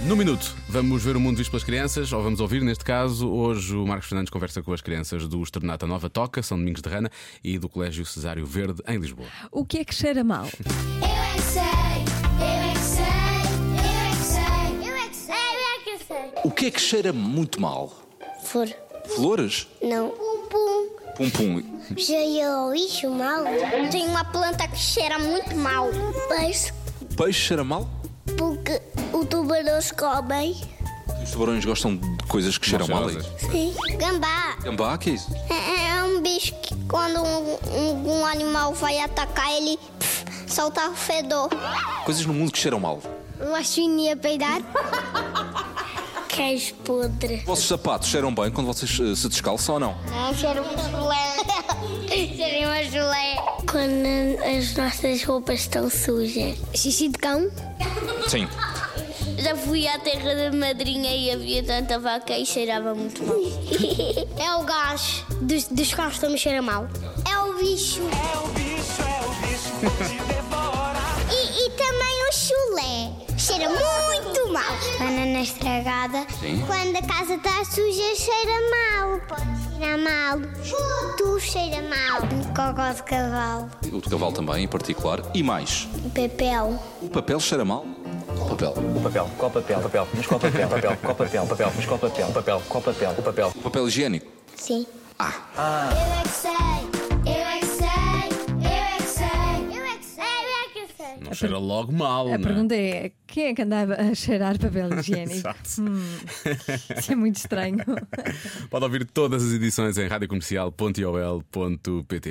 No minuto, vamos ver o mundo visto pelas crianças, ou vamos ouvir, neste caso, hoje o Marcos Fernandes conversa com as crianças do Externata Nova Toca, São Domingos de Rana, e do Colégio Cesário Verde, em Lisboa. O que é que cheira mal? Eu é que sei, eu é que sei, eu é que sei, eu é que sei, eu é que sei. O que é que cheira muito mal? Flor, Flores? não. Pum, pum. Pum pum. Já eu isso mal? Tem uma planta que cheira muito mal. Peixe, Peixe cheira mal? porque os tubarões comem. Os tubarões gostam de coisas que cheiram mal. cheirosas. Sim. Gambá Gambá, que é isso? é, é um bicho que quando um, um- um animal vai atacar, ele pff, solta o fedor. Coisas no mundo que cheiram mal. Uma chininha peidar. Queijo podre. Vossos sapatos cheiram bem quando vocês eh, se descalçam ou não? Não, Né? cheira uma chulé. Cheira uma chulé. Quando as nossas roupas estão sujas. Xixi de cão? Sim. Já fui à terra da madrinha e havia tanta vaca e cheirava muito mal. é o gás dos, dos carros também cheira mal. É o bicho. É o bicho, é o bicho, vai te devorar. E, e também o chulé. Cheira muito mal. Banana estragada. Quando a casa está suja, cheira mal. Pode cheirar mal. Tudo cheira mal. Um Cocó de cavalo. O de cavalo também, em particular. E mais. Pepel. O papel cheira mal? Qual papel? papel, qual papel, papel, mas qual papel, papel, qual papel, papel, mas qual papel, papel, qual papel, o papel. O papel higiênico? Sim. Ah. Eu é que sei. Eu é que sei. Eu é que sei. Eu é que sei. Eu é que sei. Não cheira logo mal, A não é? pergunta é: quem é que andava a cheirar papel higiênico? Exato. Isso é muito estranho. Pode ouvir todas as edições em radiocomercial.iol.pt